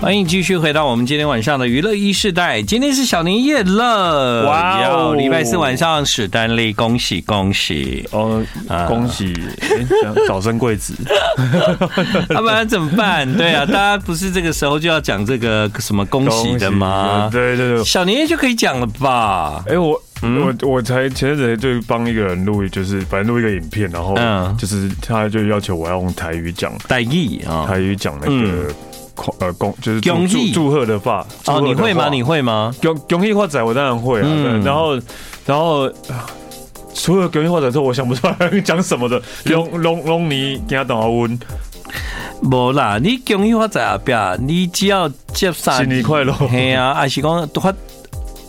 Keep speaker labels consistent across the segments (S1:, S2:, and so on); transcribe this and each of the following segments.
S1: 欢迎继续回到我们今天晚上的娱乐一世代，今天是小年夜了，
S2: 哇哦！
S1: 哟礼拜四晚上史丹利，恭喜恭喜
S2: 哦，
S1: 啊
S2: 恭喜诶早早生贵子，
S1: 要、啊不然怎么办？对啊，大家不是这个时候就要讲这个什么 恭喜的吗
S2: 恭喜？啊对对对，
S1: 小年夜就可以讲了吧？
S2: 哎、我、
S1: 嗯
S2: 我我才前阵子就帮一个人录，就是反正录一个影片，然后
S1: 嗯
S2: 就是他就要求我要用台语讲，
S1: 代意啊，
S2: 台语讲那个。呃，恭就是
S1: 嗯
S2: 祝
S1: 恭喜
S2: 祝祝贺的话，
S1: 哦，你会吗？你
S2: 会
S1: 会吗？
S2: 恭恭喜发仔，我当然会啊。
S1: 嗯
S2: 对然后，然后啊除了恭喜发仔之后，我想不出来讲什么的。
S1: 嗯
S2: 龙龙龙尼给他等下温，
S1: 无啦，你恭喜发财阿爸，你只要接啥？
S2: 新年快乐
S1: 啊 嘿啊，还是讲发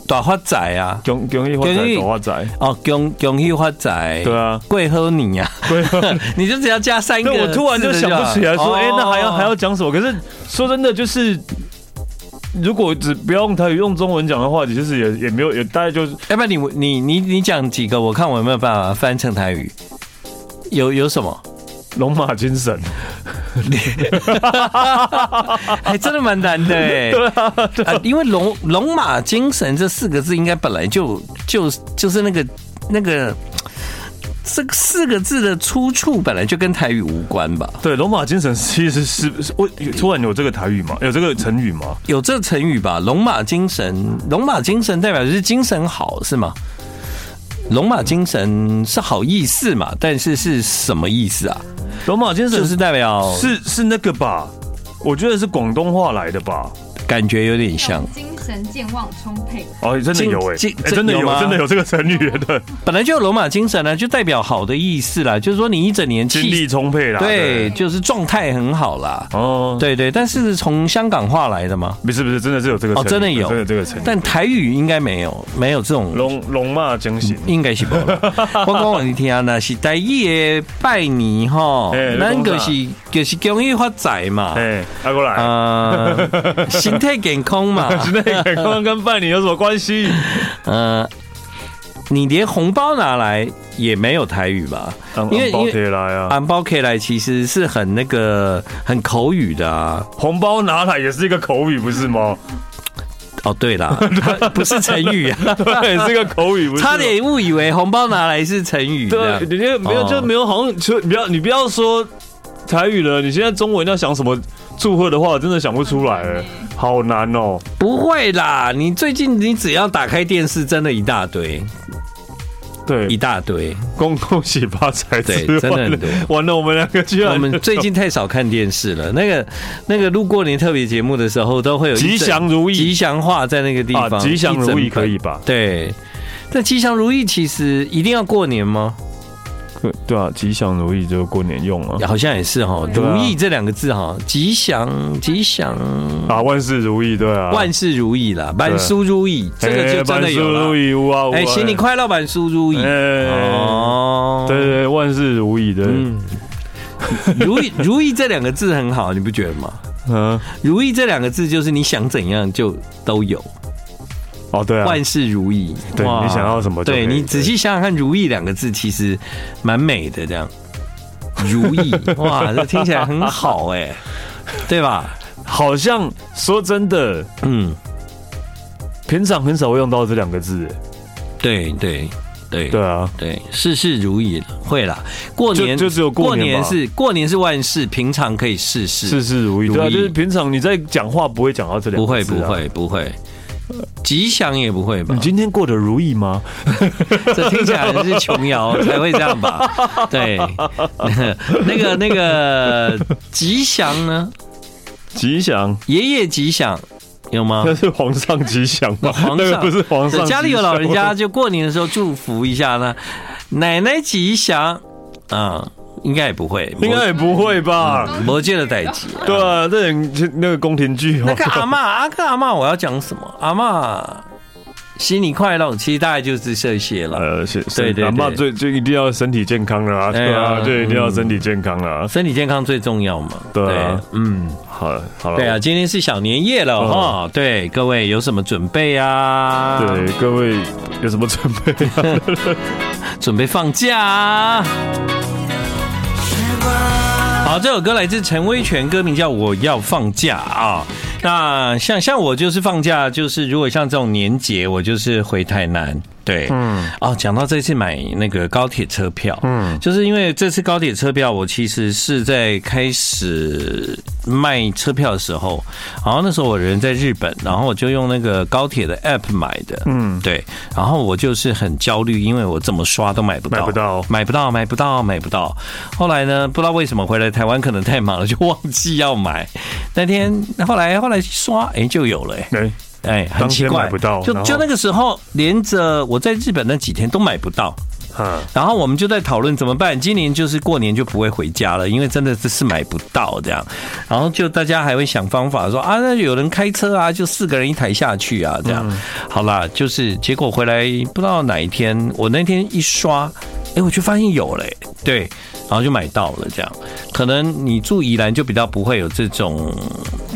S1: 大发财啊？
S2: 恭恭喜发
S1: 恭
S2: 仔，
S1: 喜
S2: 走发仔，
S1: 哦，恭恭喜发财，
S2: 对啊，
S1: 贵喝你啊，
S2: 对啊。
S1: 你就只要加三个字
S2: 那我
S1: 的好。
S2: 突然就想不起来，说，哎、
S1: 哦
S2: 那还要还要讲什么？可是说真的，就是如果只不要用台语用中文讲的话，其实也也没有，也大概就是
S1: 要不然你你你你讲几个，我看我有没有办法翻成台语。有有什么？
S2: 龙马精神，
S1: 还真的蛮 难的哎、对啊，因为龙龙马精神这四个字，应该本来就就就是那个那个这四个字的出处，本来就跟台语无关吧？
S2: 对，龙马精神其实是是我突然有这个台语嘛，有这个成语嘛，
S1: 有这成语吧？龙马精神，龙马精神代表就是精神好，是吗？龙马精神是好意思嘛？但是是什么意思啊？
S2: 龙马精神
S1: 就是
S2: 是
S1: 代表
S2: 是是那个吧？我觉得是广东话来的吧？
S1: 感觉有点像，
S3: 精神健忘充沛，
S2: 哦，真的
S1: 精
S2: 有哎、
S1: 精
S2: 哎
S1: 这
S2: 真的
S1: 有
S2: 有，
S1: 吗
S2: 真的有这个成语 的，
S1: 本来就有龙马精神呢、啊就代表好的意思啦。就是说你一整年
S2: 精
S1: 气
S2: 力充沛啦。
S1: 对，就是状态很好啦。
S2: 哦，
S1: 对对，但是从香港话来的嘛，
S2: 不是不是，真的是有这个
S1: 哦
S2: 成语，
S1: 真的有
S2: 真的有这个成语。
S1: 但台语应该没有，没有这种
S2: 龙龙马精神，
S1: 应该是无 啦。我讲给你听啊，那是台语的拜年吼
S2: 嘿，你
S1: 咱
S2: 讲啥
S1: 就是就是恭喜发财嘛，
S2: 哎，阿过来。
S1: 啊 呃，身体健康嘛，
S2: 那个刚刚跟拜年有什么关系？
S1: 呃，你连红包拿来也没有台语吧？因为因
S2: 嗯红包
S1: 为
S2: 贴来啊，
S1: 红包 K 来其实是很那个很口语的啊。
S2: 红包拿来也是一个口语，不 是吗？
S1: 哦，对 啦，它不是成语啊，
S2: 对， 也是一个口语，不是吗
S1: 差。点误以为红包拿来是成语。这样
S2: 对，你就没有，
S1: 哦
S2: 就没有，好像就不要，你不要说台语了。你现在中文要想什么祝贺的话，真的想不出来了，好难哦。
S1: 不会啦，你最近你只要打开电视，真的一大堆，一
S2: 对，
S1: 大堆。
S2: 恭恭喜发财之
S1: 对
S2: 外，
S1: 真的很多
S2: 完了，我们两个居然
S1: 我们最近太少看电视了。那个那个录过年特别节目的时候，都会有一整
S2: 吉祥如意
S1: 吉祥话在那个地
S2: 啊
S1: 方。，
S2: 吉祥如
S1: 一整本
S2: 意可以吧？
S1: 对，但吉祥如意其实一定要过年吗？
S2: 可对啊，吉祥如意就过年用啊，
S1: 好像也是哈，
S2: 对啊
S1: 如意这两个字哈，吉祥吉祥，
S2: 啊，万事如意，对啊，
S1: 万事如意啦，满书如意，这个就真的有
S2: 哎万事如
S1: 了。
S2: 意，呜啊呜啊，
S1: 哎，新年快乐，满书如意。
S2: 哎，
S1: 哦，
S2: 对对，对，万事如意的，
S1: 嗯，如意如意这两个字很好，你不觉得吗？
S2: 嗯，
S1: 如意这两个字就是你想怎样就都有，
S2: 哦，对啊，
S1: 万事如意。
S2: 对
S1: 哇
S2: 你想要什么就可以
S1: 对你仔细想想看，“如意”两个字其实蛮美的，这样如 意哇，这听起来很好哎、对吧？
S2: 好像说真的，
S1: 嗯，
S2: 平常很少会用到这两个字，哎
S1: 对对对
S2: 对啊，
S1: 对，事事如意会啦。过年
S2: 就就只有过年吧
S1: 是过年是万事，平常可以事事
S2: 事事如意，
S1: 如意
S2: 对啊，就是平常你在讲话不会讲到这两
S1: 不
S2: 个
S1: 会
S2: 字，
S1: 不。
S2: 啊
S1: 会不会，吉祥也不会吧
S2: 你？今天过得如意吗？
S1: 这听起来是琼瑶才会这样 吧？对， 那个那个吉祥呢？
S2: 吉祥
S1: 啊爷爷吉祥，有 吗？
S2: 那是皇上吉祥吧？
S1: 皇
S2: 那个
S1: 上
S2: 不是皇
S1: 对
S2: 上吉祥，
S1: 家里有老人家，就过年的时候祝福一下呢。奶奶吉祥啊，应该也不会，
S2: 应该也不会吧？
S1: 魔界的代际。
S2: 对啊，这很那个宫廷剧
S1: 那
S2: 哦
S1: 个，啊阿嬷，阿个阿嬷，我要讲什么？阿嬷，新年快乐，其实大概就是这些了。
S2: 呃，是，
S1: 对对
S2: 阿妈
S1: 对
S2: 最最一定要身体健康啦，对
S1: 哎
S2: 啊，
S1: 呀
S2: 对，一定要身体健康啊啦。
S1: 身体健康最重要嘛。
S2: 对啊
S1: 嗯，
S2: 好了，好了，
S1: 对啊，，今天是小年夜了哈、对，各位有什么准备啊？，
S2: 对各位有什么准备啊？
S1: 准备放假啊。好，这首歌来自陈威权，歌名叫《我要放假》啊。那像像我就是放假，就是如果像这种年节，我就是回台南。对，嗯，哦，讲到这次买那个高铁车票，嗯，就是因为这次高铁车票，我其实是在开始卖车票的时候，然后那时候我人在日本，然后我就用那个高铁的 app 买的，嗯，对，然后我就是很焦虑，因为我怎么刷都买不到，
S2: 买不到
S1: 买不到，买不到，买不到。后来呢，不知道为什么回来台湾可能太忙了，就忘记要买。那天后来后来 刷，哎、就有了、哎
S2: 哎，
S1: 哎、很奇
S2: 当天
S1: 怪，
S2: 买不到
S1: 就
S2: 然后
S1: 就那个时候，连着我在日本那几天都买不到。
S2: 哈，
S1: 然后我们就在讨论怎么办，今年就是过年就不会回家了，因为真的是买不到这样。然后就大家还会想方法说啊，那有人开车啊，就四个人一台下去啊，这样。
S2: 嗯
S1: 好啦，就是结果回来不知道哪一天，我那天一刷，哎，我就发现有嘞、对，然后就买到了这样。可能你住宜兰就比较不会有这种。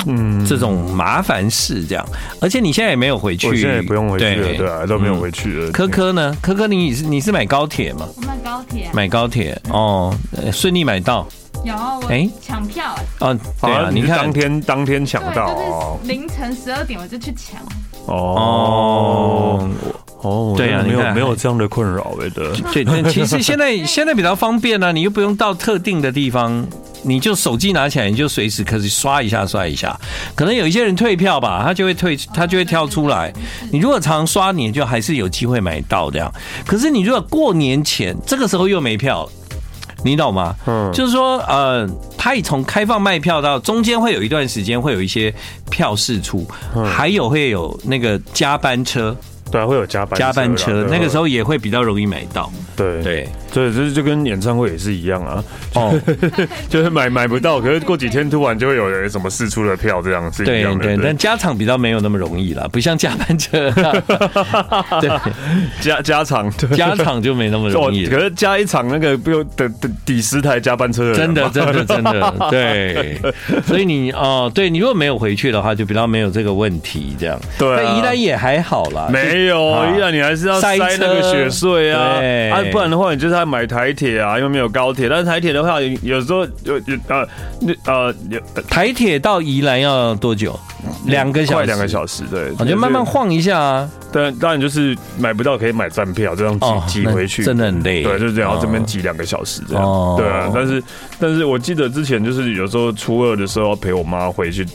S1: 嗯，这种麻烦事这样，而且你现在也没有回去，
S2: 我现在也不用回去了，
S1: 对嗯
S2: 对啊，都没有回去了。
S1: 科科呢？科科你，是你是买高铁吗？
S3: 我们高铁啊
S1: 买高铁哦，呃顺利买到
S3: 有啊我
S1: 哎
S3: 抢票，
S1: 哦，对啊，
S2: 你
S1: 你
S2: 是
S1: 看
S2: 当天当天抢
S3: 对，
S2: 到哦
S3: 就是凌晨十二点我就去抢，
S2: 哦
S1: 哦，
S2: 哦，
S1: 对啊
S2: 真的没
S1: 你看
S2: 有没有这样的困扰哎的，
S1: 对，但其实现 在现在比较方便呢、啊你又不用到特定的地方，你就手机拿起来，你就随时可以刷一下刷一下。可能有一些人退票吧，他就会退，他就会跳出来。你如果常刷，你就还是有机会买到这样。可是你如果过年前这个时候又没票了。你懂吗？嗯，就是说，呃，它从开放卖票到中间会有一段时间会有一些票释出，
S2: 嗯
S1: 还有会有那个加班车、
S2: 对啊，会有加班
S1: 加班车，那个时
S2: 候
S1: 候也会比较容易买到。
S2: 对啊
S1: 对，
S2: 对，这就跟演唱会也是一样啊，
S1: 哦，
S2: 就是买买不到，可是过几天突然就会有人什么试出的票，这样是一
S1: 对
S2: 样的。
S1: 对，但家常比较没有那么容易啦，不像加班车， 对，
S2: 加加长，对
S1: 家常就没那么
S2: 哦
S1: 容 易，
S2: 可是加一场那个不用得得抵十台加班车的人
S1: 真的
S2: 吧
S1: 真的真 的，对，所以你哦，对你如果没有回去的话，就比较没有这个问题，这样。
S2: 对啊
S1: 但宜兰也还好啦，
S2: 没有，
S1: 啊
S2: 依然你还是要塞那个雪隧啊
S1: 塞车，对
S2: 啊，不然的话你就是要买台铁啊，因为没有高铁。但是台铁的话，有有时候有有呃那呃有
S1: 就台铁到宜兰要多久？两个小
S2: 嗯快
S1: 时，
S2: 两个小时，对，
S1: 我就慢慢。晃一下啊。
S2: 但当然就是买不到可以买站票，这样
S1: 哦，
S2: 挤挤回去，
S1: 那真的很累，
S2: 对，就是这样，然后这边
S1: 哦
S2: 挤两个小时这样。
S1: 哦
S2: 对啊，但是但是我记得之前就是有时候初二的时候要陪我妈回去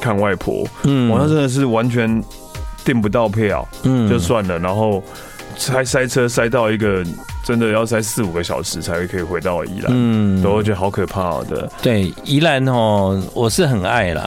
S2: 看外婆，
S1: 嗯
S2: 我那真的是完全订不到票，
S1: 嗯
S2: 就算了，然后塞塞车塞到一个真的要塞四五个小时才可以回到宜兰，
S1: 嗯
S2: 然后我觉得好可怕哦的。
S1: 对，宜兰哦，我是很爱啦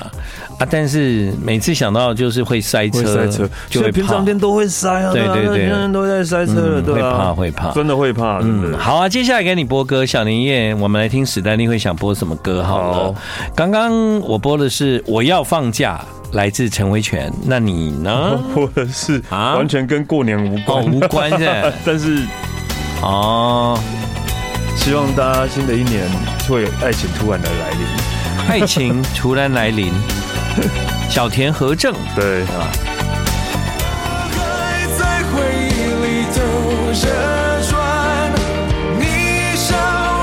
S1: 啊，但是每次想到就是会塞车，
S2: 会塞车，
S1: 就
S2: 所
S1: 会
S2: 以平
S1: 怕
S2: 常。天都会塞啊，
S1: 对
S2: 啊
S1: 对对
S2: 平常天都在塞车了，
S1: 嗯，
S2: 对
S1: 会怕
S2: 啊，
S1: 会怕。
S2: 真的会怕，真
S1: 嗯，
S2: 的。
S1: 好啊，接下来给你播歌，小年夜，我们来听史丹利会想播什么歌好了
S2: 好。
S1: 刚刚我播的是《我要放假》，来自陈维权，那你呢？
S2: 或者是
S1: 嗯啊
S2: 完全跟过年无
S1: 哦，
S2: 关，
S1: 无关的
S2: 但是
S1: 哦，
S2: 希望大家新的一年会有爱情突然的来临。
S1: 爱情突然来 临，小田和正
S2: 对，
S4: 还在回忆里兜着转，你笑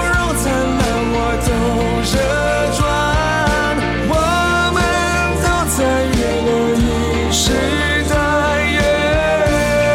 S4: 容灿烂，我兜着转，我们都在娱乐一时代。耶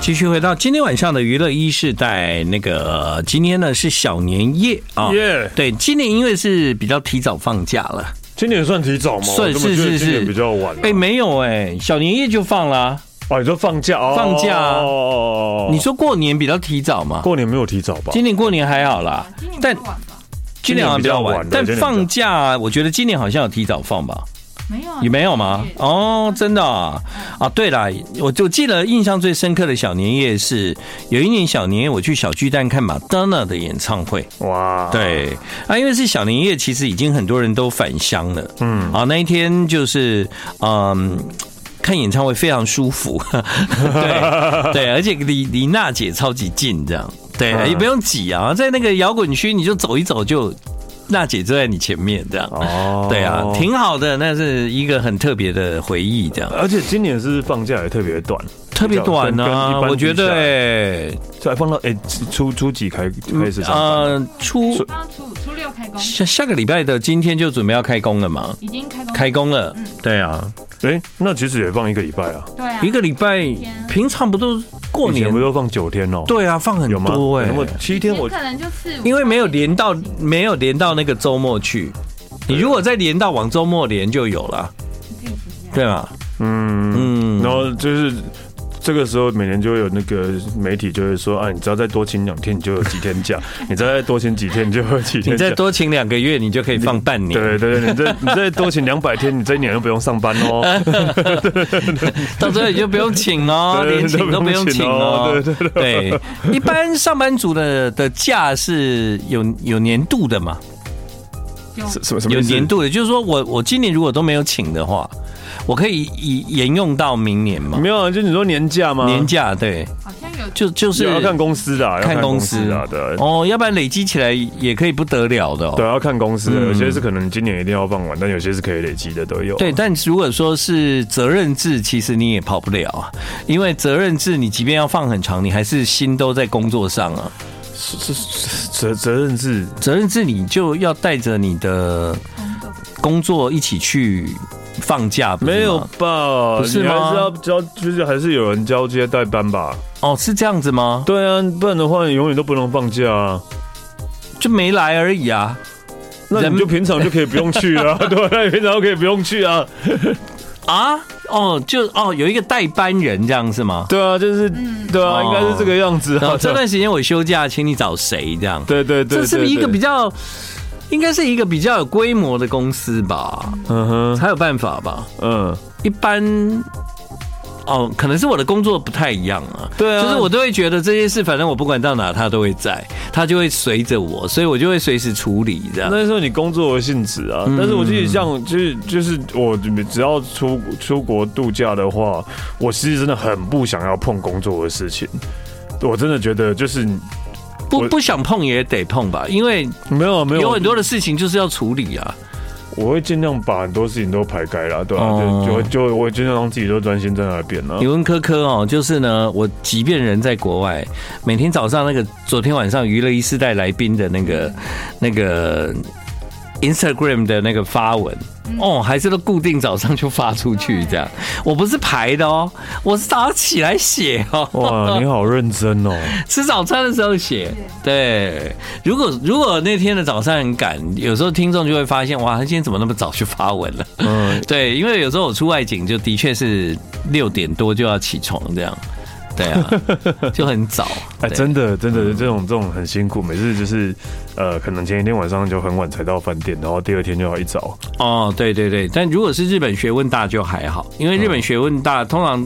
S1: 继续回到今天晚上的娱乐一世代，那个、呃今天呢是小年夜啊，
S2: 耶
S1: 对，今年因为是比较提早放假了，
S2: 今年算提早吗？
S1: 算
S2: 我怎么
S1: 是
S2: 觉得
S1: 是
S2: 今年
S1: 是
S2: 比较晚啊。
S1: 哎哎、没有哎、小年夜就放啦、
S2: 哦，你说放假哦，
S1: 放假啊
S2: 哦，
S1: 你说过年比较提早嘛？
S2: 过年没有提早吧？
S1: 今年过年还好啦
S3: 啊，今年
S1: 但
S3: 不晚吧？
S1: 今年好像比较晚
S2: 今年比较晚。
S1: 但
S2: 对今年比较
S1: 放假啊，我觉得今年好像有提早放吧？
S3: 没有啊，
S1: 你没有吗？哦，真的啊！啊，对啦，我就记得印象最深刻的小年夜是有一年小年夜，我去小巨蛋看马丹娜的演唱会。
S2: 哇，，
S1: 对啊，因为是小年夜，其实已经很多人都返乡了。嗯，啊，那一天就是嗯。看演唱会非常舒服， 对对，而且离离娜姐超级近，这样对，
S2: 嗯
S1: 也不用挤啊，在那个摇滚区你就走一走就，娜姐就在你前面这样，
S2: 哦
S1: 对啊，挺好的，那是一个很特别的回忆，这样
S2: 而且今年是放假也特别短，
S1: 特别短
S2: 跟跟
S1: 啊
S2: 一，般
S1: 我觉得
S2: 比起来
S1: 欸
S2: 才放到哎初初几开开始上班，
S1: 呃，初
S3: 刚刚初五、初六开工，
S1: 下下个礼拜的今天就准备要开工了嘛，
S3: 已经开工，
S1: 开工了，对啊，
S2: 哎，那其实也放一个礼拜啊，
S3: 对啊，
S1: 一个礼拜
S3: 天，
S1: 平常不都过
S2: 以
S1: 年
S2: 前不？都放九天哦？，
S1: 对啊，放很
S2: 有吗？
S1: 多哎、
S2: 有那么七天
S3: 有
S2: 我
S3: 可能就是
S1: 因为没有连到，没有连到那个周末去。你如果再连到往周末连就有了，对吧？
S2: 嗯
S1: 嗯，
S2: 然后就是这个时候，每年就会有那个媒体就会说啊，你只要再多请两天，你就有几天 假；你再多请几天，你就有几
S1: 你
S2: 天假
S1: 再。多请两个月，你就可以放半年。
S2: 对对对，你再你再多请两百天，你这一年都不用上班 哦。
S1: 到时候你就不用请哦，
S2: 对
S1: 连请都不用请哦。
S2: 都不用请
S1: 对一般上班族的的假是有有年度的嘛，
S3: 是
S2: 什么什么
S1: 有
S2: 意思
S1: 年度的，就是说我我今年如果都没有请的话，我可以以沿用到明年嘛，
S2: 没有啊？就你说年假吗？
S1: 年假对，
S3: 好像有
S1: 就就是
S2: 要看公司的啊，要
S1: 看
S2: 看
S1: 公
S2: 公
S1: 司
S2: 司啊，对啊。
S1: 哦，要不然累积起来也可以不得了的、哦。
S2: 对，要看公司的，
S1: 嗯
S2: 有些是可能今年一定要放完，但有些是可以累积的都有。
S1: 对，但如果说是责任制，其实你也跑不了啊，因为责任制你即便要放很长，你还是心都在工作上啊。
S2: 是，是责责任制，
S1: 责任制你就要带着你的
S3: 工作
S1: 工作一起去放假，不是吗
S2: 没有吧？
S1: 不是
S2: 你
S1: 吗
S2: 还是要交，就是还是有人交接代班吧？
S1: 哦，是这样子吗？
S2: 对啊，不然的话你永远都不能放假啊。
S1: 就没来而已啊。
S2: 那
S1: 人
S2: 你就平常就可以不用去 啊，对啊，那你平常就可以不用去啊。
S1: 啊，哦，就哦，有一个代班人这样是吗？
S2: 对啊，就是对
S1: 哦
S2: 啊，应该是这个样子
S1: 然后
S2: 啊。
S1: 这段时间我休假，请你找谁这样？
S2: 对对对，
S1: 哦这是不是一个比
S2: 较
S1: 较，应该是一个比较有规模的公司吧，
S2: 嗯哼
S1: 才有办法吧。
S2: 嗯，
S1: 一般，哦，可能是我的工作不太一样啊。
S2: 对啊，
S1: 就是我都会觉得这些事，反正我不管到哪，他都会在，他就会随着我，所以我就会随时处理这样。
S2: 那时候你工作的性质
S1: 嗯
S2: 啊，但是我自己像就是就是我只要出出国度假的话，我其实真的很不想要碰工作的事情。我真的觉得就是
S1: 不
S2: 我
S1: 不想碰也得碰吧，因为
S2: 没有没有
S1: 有很多的事情就是要处理啊。
S2: 我会尽量把很多事情都排开啦，对啊，
S1: 哦
S2: 就就就我会尽量让自己都专心在那边呢、啊
S1: 你。问科科哦，就是呢，我即便人在国外，每天早上那个昨天晚上娱乐一世代来宾的那个那个 Instagram 的那个发文。哦，还是都固定早上就发出去这样。我不是排的哦，我是早上起来写哦，
S2: 哇，你好认 真哦！
S1: 吃早餐的时候写。对，如果如果那天的早上很赶，有时候听众就会发现，哇，他今天怎么那么早就发文了？
S2: 嗯，
S1: 对，因为有时候我出外景，就的确是六点多就要起床这样。对 啊，就很早。
S2: 哎，
S1: 对嗯
S2: 真的，真的，这种这种很辛苦，每次就是，呃，可能前一天晚上就很晚才到饭店，然后第二天就要一早。
S1: 哦，对对对，但如果是日本学问大就还好，因为日本学问大通常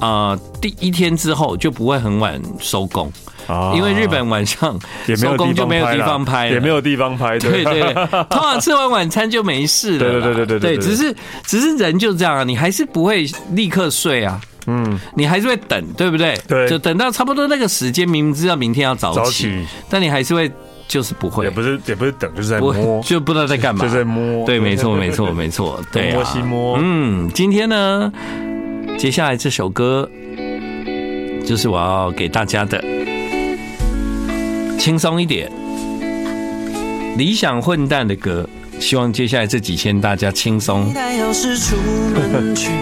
S1: 啊、呃第一天之后就不会很晚收工，
S2: 啊
S1: 因为日本晚上
S2: 也没
S1: 收
S2: 有地
S1: 工
S2: 方
S1: 就没有
S2: 拍
S1: 地
S2: 啦
S1: 方拍了，
S2: 也没有地方 拍，
S1: 对对对，通常吃完晚餐就没事了啦。
S2: 对对对对对对
S1: 只是只是人就这样啊，你还是不会立刻睡啊，
S2: 嗯，
S1: 你还是会等，对不对？
S2: 对
S1: 就等到差不多那个时间，明明知道明天要早
S2: 早
S1: 起，
S2: 起
S1: 但你还是会就是不会，
S2: 也不是也不是等，就是在
S1: 不会
S2: 摸，
S1: 就不知道在干嘛
S2: 就。在摸。
S1: 对，没 错，没错，没错，对、啊，
S2: 东摸西摸
S1: 嗯，今天呢，接下来这首歌就是我要给大家的，轻松一点，理想混蛋的歌。希望接下来这几天大家轻松。
S4: 带钥匙出门去。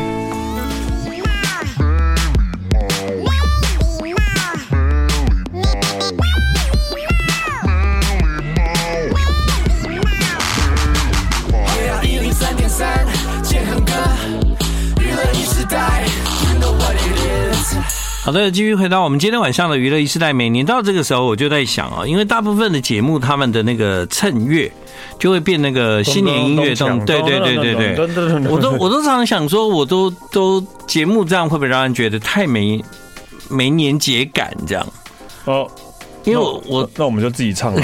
S4: 一零三点三，健康歌，娱乐一时代，You know what it is。
S1: 好的，继续回到我们今天晚上的娱乐一时代。每年到这个时候，我就在想啊、哦，因为大部分的节目他们的那个衬乐就会变那个新年音乐
S2: 哦
S1: 动，对对对对对。
S2: 对
S1: 我都我都常常想说，我都都节目这样会不会让人觉得太没没年节感这样？
S2: 哦，
S1: 因为我我
S2: 那我们就自己 唱了，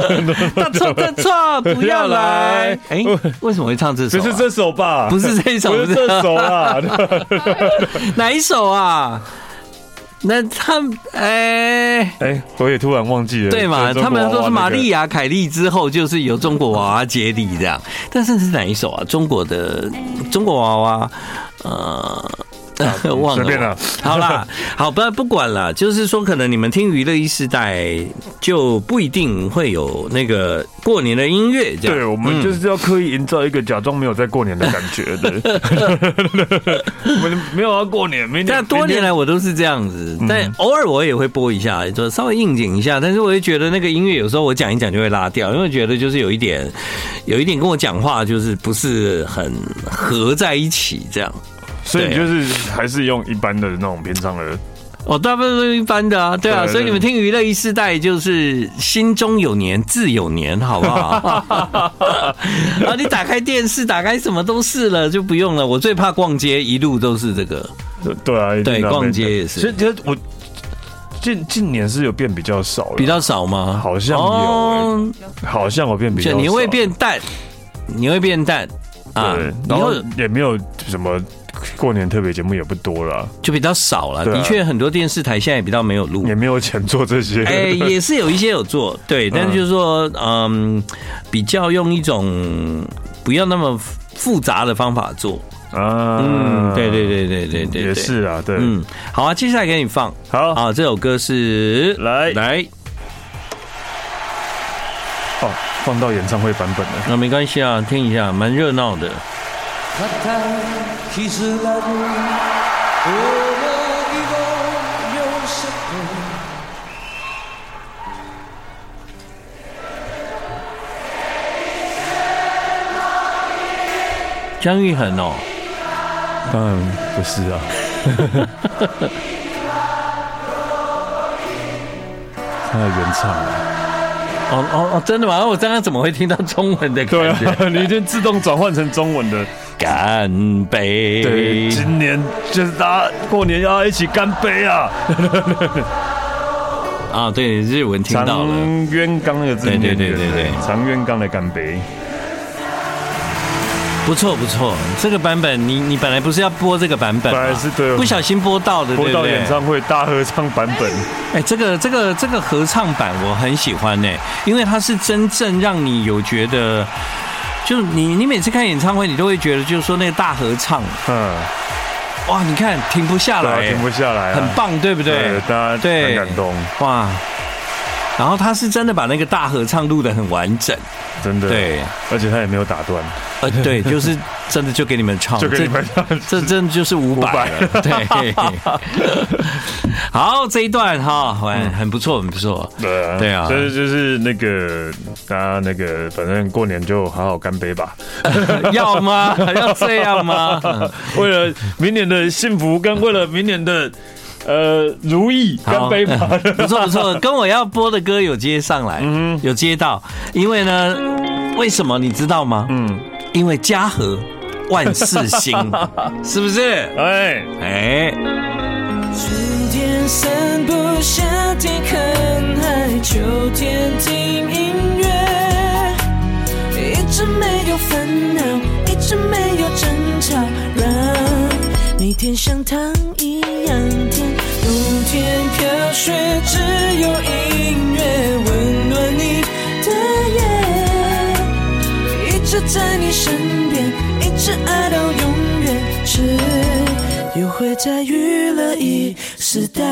S1: 大错特错，不要来！哎，为什么会唱这首、
S2: 只
S1: 啊？
S2: 是这首吧？
S1: 不是这首，
S2: 不是这首啊，
S1: 哪一首啊？那他们哎、
S2: 哎，我也突然忘记了，
S1: 对嘛？他们说是玛丽
S2: 亚，
S1: 亚凯莉之后，就是有中国娃娃接力这样。但是是哪一首啊？中国的中国娃娃，呃， 忘
S2: 啊随便
S1: 了。
S2: 了，
S1: 好啦，好不不管了，就是说，可能你们听娱乐一时代就不一定会有那个过年的音乐这样。嗯
S2: 对我们就是要刻意营造一个假装没有在过年的感觉的， 我们没有要过年，明
S1: 但
S2: 年
S1: 啊多年来我都是这样子，但偶尔我也会播一下，就稍微应景一下。但是我会觉得那个音乐有时候我讲一讲就会拉掉，因为觉得就是有一点，有一点跟我讲话就是不是很合在一起这样。
S2: 所以你
S1: 对
S2: 就是还是用一般的那种平常的，
S1: 哦，大部分都是一般的啊，对啊，
S2: 对
S1: 所以你们听娱乐一世代就是心中有年自有年，好不好？ 啊，你打开电视，打开什么都是了，就不用了。我最怕逛街，一路都是这个。
S2: 对啊，一定
S1: 对
S2: 要被
S1: 逛街也是
S2: 其实其实我近近年是有变比较少了，
S1: 比较少吗？
S2: 好像有欸
S1: 哦
S2: 好像我变比较
S1: 就
S2: 少，
S1: 你会变淡，你会变淡啊
S2: 对，，
S1: 以
S2: 然后
S1: 后
S2: 也没有什么过年特别节目也不多了，
S1: 就比较少了。
S2: 对啊
S1: 的确，很多电视台现在也比较没有录
S2: 也。没有钱做这些，
S1: 哎，也是有一些有做，对，但是就是说，嗯，比较用一种不要那么复杂的方法做。
S2: 啊，
S1: 嗯，对对对对对对，
S2: 也
S1: 对。
S2: 是啊，对，
S1: 嗯，好啊，接下来给你放
S2: 好
S1: 啊，这首歌是
S2: 来
S1: 来，
S2: 哦，放到演唱会版本了，
S1: 那没关系啊，听一下，蛮热闹的。
S4: 其实人，我的我有什么？
S1: 姜育恒哦，
S2: 当然不是啊， 他的原唱啊，
S1: 哦哦哦，真的吗？我刚刚怎么会听到中文的
S2: 对
S1: 感觉？
S2: 啊， 你已经自动转换成中文的，
S1: 干杯！
S2: 对，今年就是大家过年要一起干杯啊！
S1: 啊，对，日文听到
S2: 长
S1: 了。
S2: 渊刚那个字
S1: 对
S2: 念
S1: 对
S2: 远，
S1: 对对对
S2: 长渊刚的干杯。
S1: 不错不错，这个版本你你本来不是要播这个版本吗，啊
S2: 本来是对
S1: 不小心播到的，
S2: 播
S1: 对不
S2: 到
S1: 对
S2: 演？唱会大合唱版本，
S1: 哎，这个这个这个合唱版我很喜欢呢，因为它是真正让你有觉得，就你你每次看演唱会，你都会觉得，就是说那个大合唱，
S2: 嗯，
S1: 哇，你看停不下
S2: 对啊，
S1: 来，
S2: 停不下来啊，
S1: 很棒，对不对
S2: 对，？大家
S1: 对
S2: 很感动，
S1: 哇，然后他是真的把那个大合唱录得很完整，
S2: 真的，
S1: 对，
S2: 而且他也没有打断，
S1: 呃， 对，就是真的就给你们唱，
S2: 就给 你们唱
S1: 这这真的就是五百了， 对。好，这一段哈，很很不错，很不错。
S2: 对啊，
S1: 对啊
S2: 所以就是那个大家那个，反正过年就好好干 杯吧，
S1: 要吗？ 要这样吗？
S2: 为了明年的幸福，跟为了明年的呃如意，干
S1: 好嗯
S2: 杯吧。
S1: 不错不错，跟我要播的歌有接上来，有接到。因为呢，为什么你知道吗？
S2: 嗯，
S1: 因为嘉禾万事 兴，是不是？
S2: 哎，
S1: 哎，
S4: 春天散步，夏天看海，秋天听音乐，一直没有烦恼，一直没有争吵，让每天像糖一样甜。冬天飘雪，只有音乐温暖你的夜。一直在你身边，一直爱到永远，只有会在娱乐一时代。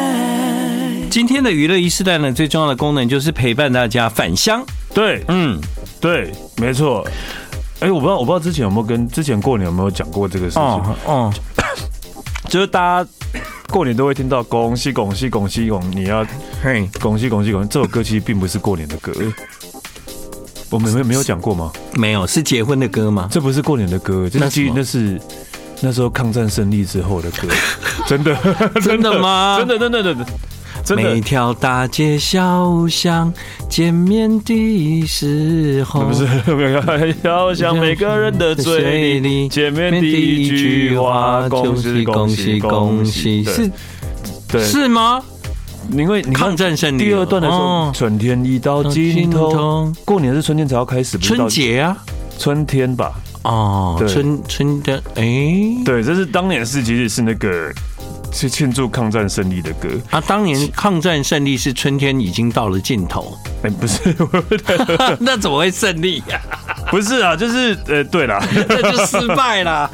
S1: 今天的娱乐一时代呢，最重要的功能就是陪伴大家返乡。
S2: 对
S1: 嗯，
S2: 对，没错。哎，我不知道，我不知道之前有没有跟之前过年有没有讲过这个事情
S1: 哦。哦，
S2: 就是大家过年都会听到“恭喜恭喜恭喜恭”，你要
S1: 嘿，
S2: 恭喜恭喜恭喜。这首歌其实并不是过年的歌，我们没有没有讲过吗？
S1: 没有是结婚的歌吗？
S2: 这不是过年的歌，这
S1: 那
S2: 是
S1: 什么
S2: 那是那时候抗战胜利之后的 歌，真的，
S1: 真的吗？
S2: 真的，真的，真的，真
S1: 每
S2: 的，
S1: 条大街小巷见面的时候，
S2: 不是，没有，要想每个人的嘴里见面第一句话，恭喜恭喜恭喜，对
S1: 是
S2: 对，
S1: 是吗？
S2: 因为你看
S1: 抗战胜利
S2: 第二段的时候
S1: 哦，
S2: 春天已到尽
S1: 到尽
S2: 头
S1: 头，
S2: 过年是春天才要开始，不是
S1: 春
S2: 到
S1: 节啊，
S2: 春天吧？
S1: 哦
S2: 对，
S1: 春春的，哎，
S2: 对，这是当年是其实是那个是庆祝抗战胜利的歌，
S1: 啊，当年抗战胜利是春天已经到了尽头，
S2: 哎、不是，
S1: 那怎么会胜利 呀、
S2: 不是啊，就是呃，对啦，
S1: 那就失败啦。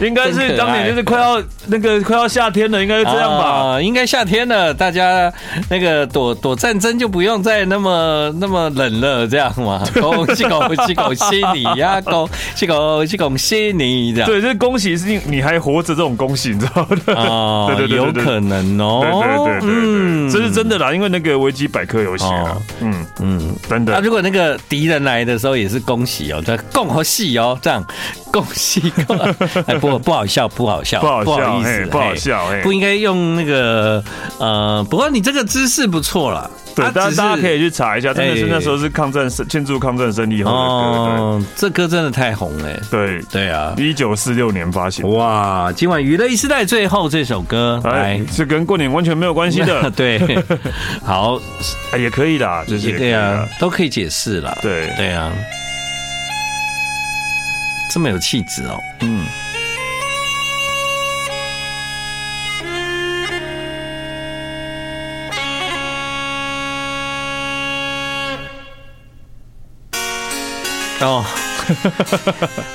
S2: 应该
S1: 真可
S2: 是
S1: 爱
S2: 当年就是快要那个快要夏天了，应该是这样吧。
S1: 啊应该夏天了，大家那个躲躲战争就不用再那么那么冷了，这样嘛。恭喜恭喜恭喜你呀、恭喜恭喜恭喜你这样。
S2: 对，就是恭喜是你你还活着这种恭喜，你知道吗？
S1: 哦
S2: 对对对对
S1: 有可能哦。嗯
S2: 对对对对对，这是真的啦，因为那个维基百科有写啊
S1: 哦，
S2: 嗯嗯，真
S1: 啊，
S2: 的，
S1: 如果那个敌人来的时候也是恭喜哦，这共和戏哦，这样恭喜恭，哎，不不好笑，不好笑，
S2: 不好笑，
S1: 意
S2: 嘿
S1: 思，
S2: 不好笑，嘿，
S1: 不应该用那个呃，不过你这个姿势不错啦，
S2: 对，
S1: 啊
S2: 大家
S1: 只是
S2: 大家可以去查一下，真的是
S1: 哎
S2: 那时候是抗战胜庆祝抗战胜利后的歌，
S1: 哦， 这歌真的太红了，
S2: 对
S1: 对啊，
S2: 对，一九四六年发
S1: 哦
S2: 行，
S1: 哇，今晚娱乐一时代最后这首歌
S2: 哎
S1: 来，。
S2: 是跟过年完全没有关系 的，
S1: 对，好，
S2: 哎也可以啦，就是也可以
S1: 对啊
S2: 啦，，
S1: 都可以解释啦。
S2: 对
S1: 对啊，这么有气质哦。
S2: 嗯。
S1: 哦，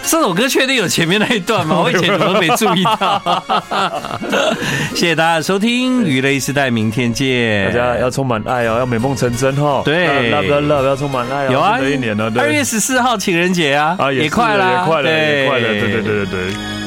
S1: 这首歌确定有前面那一段
S2: 哦
S1: 吗？我以前怎么没注意 到？谢谢大家的收听《娱乐一时代》，明天见。
S2: 大家要充满爱哦，要美梦成真哈、哦。
S1: 对
S2: 啊，love love love，要充满爱哦。
S1: 有啊，
S2: 新的一年了，对
S1: 二月十四号情人节啊，
S2: 啊，是
S1: 快啦，
S2: 也快了，也
S1: 对
S2: 快了，对对对对对。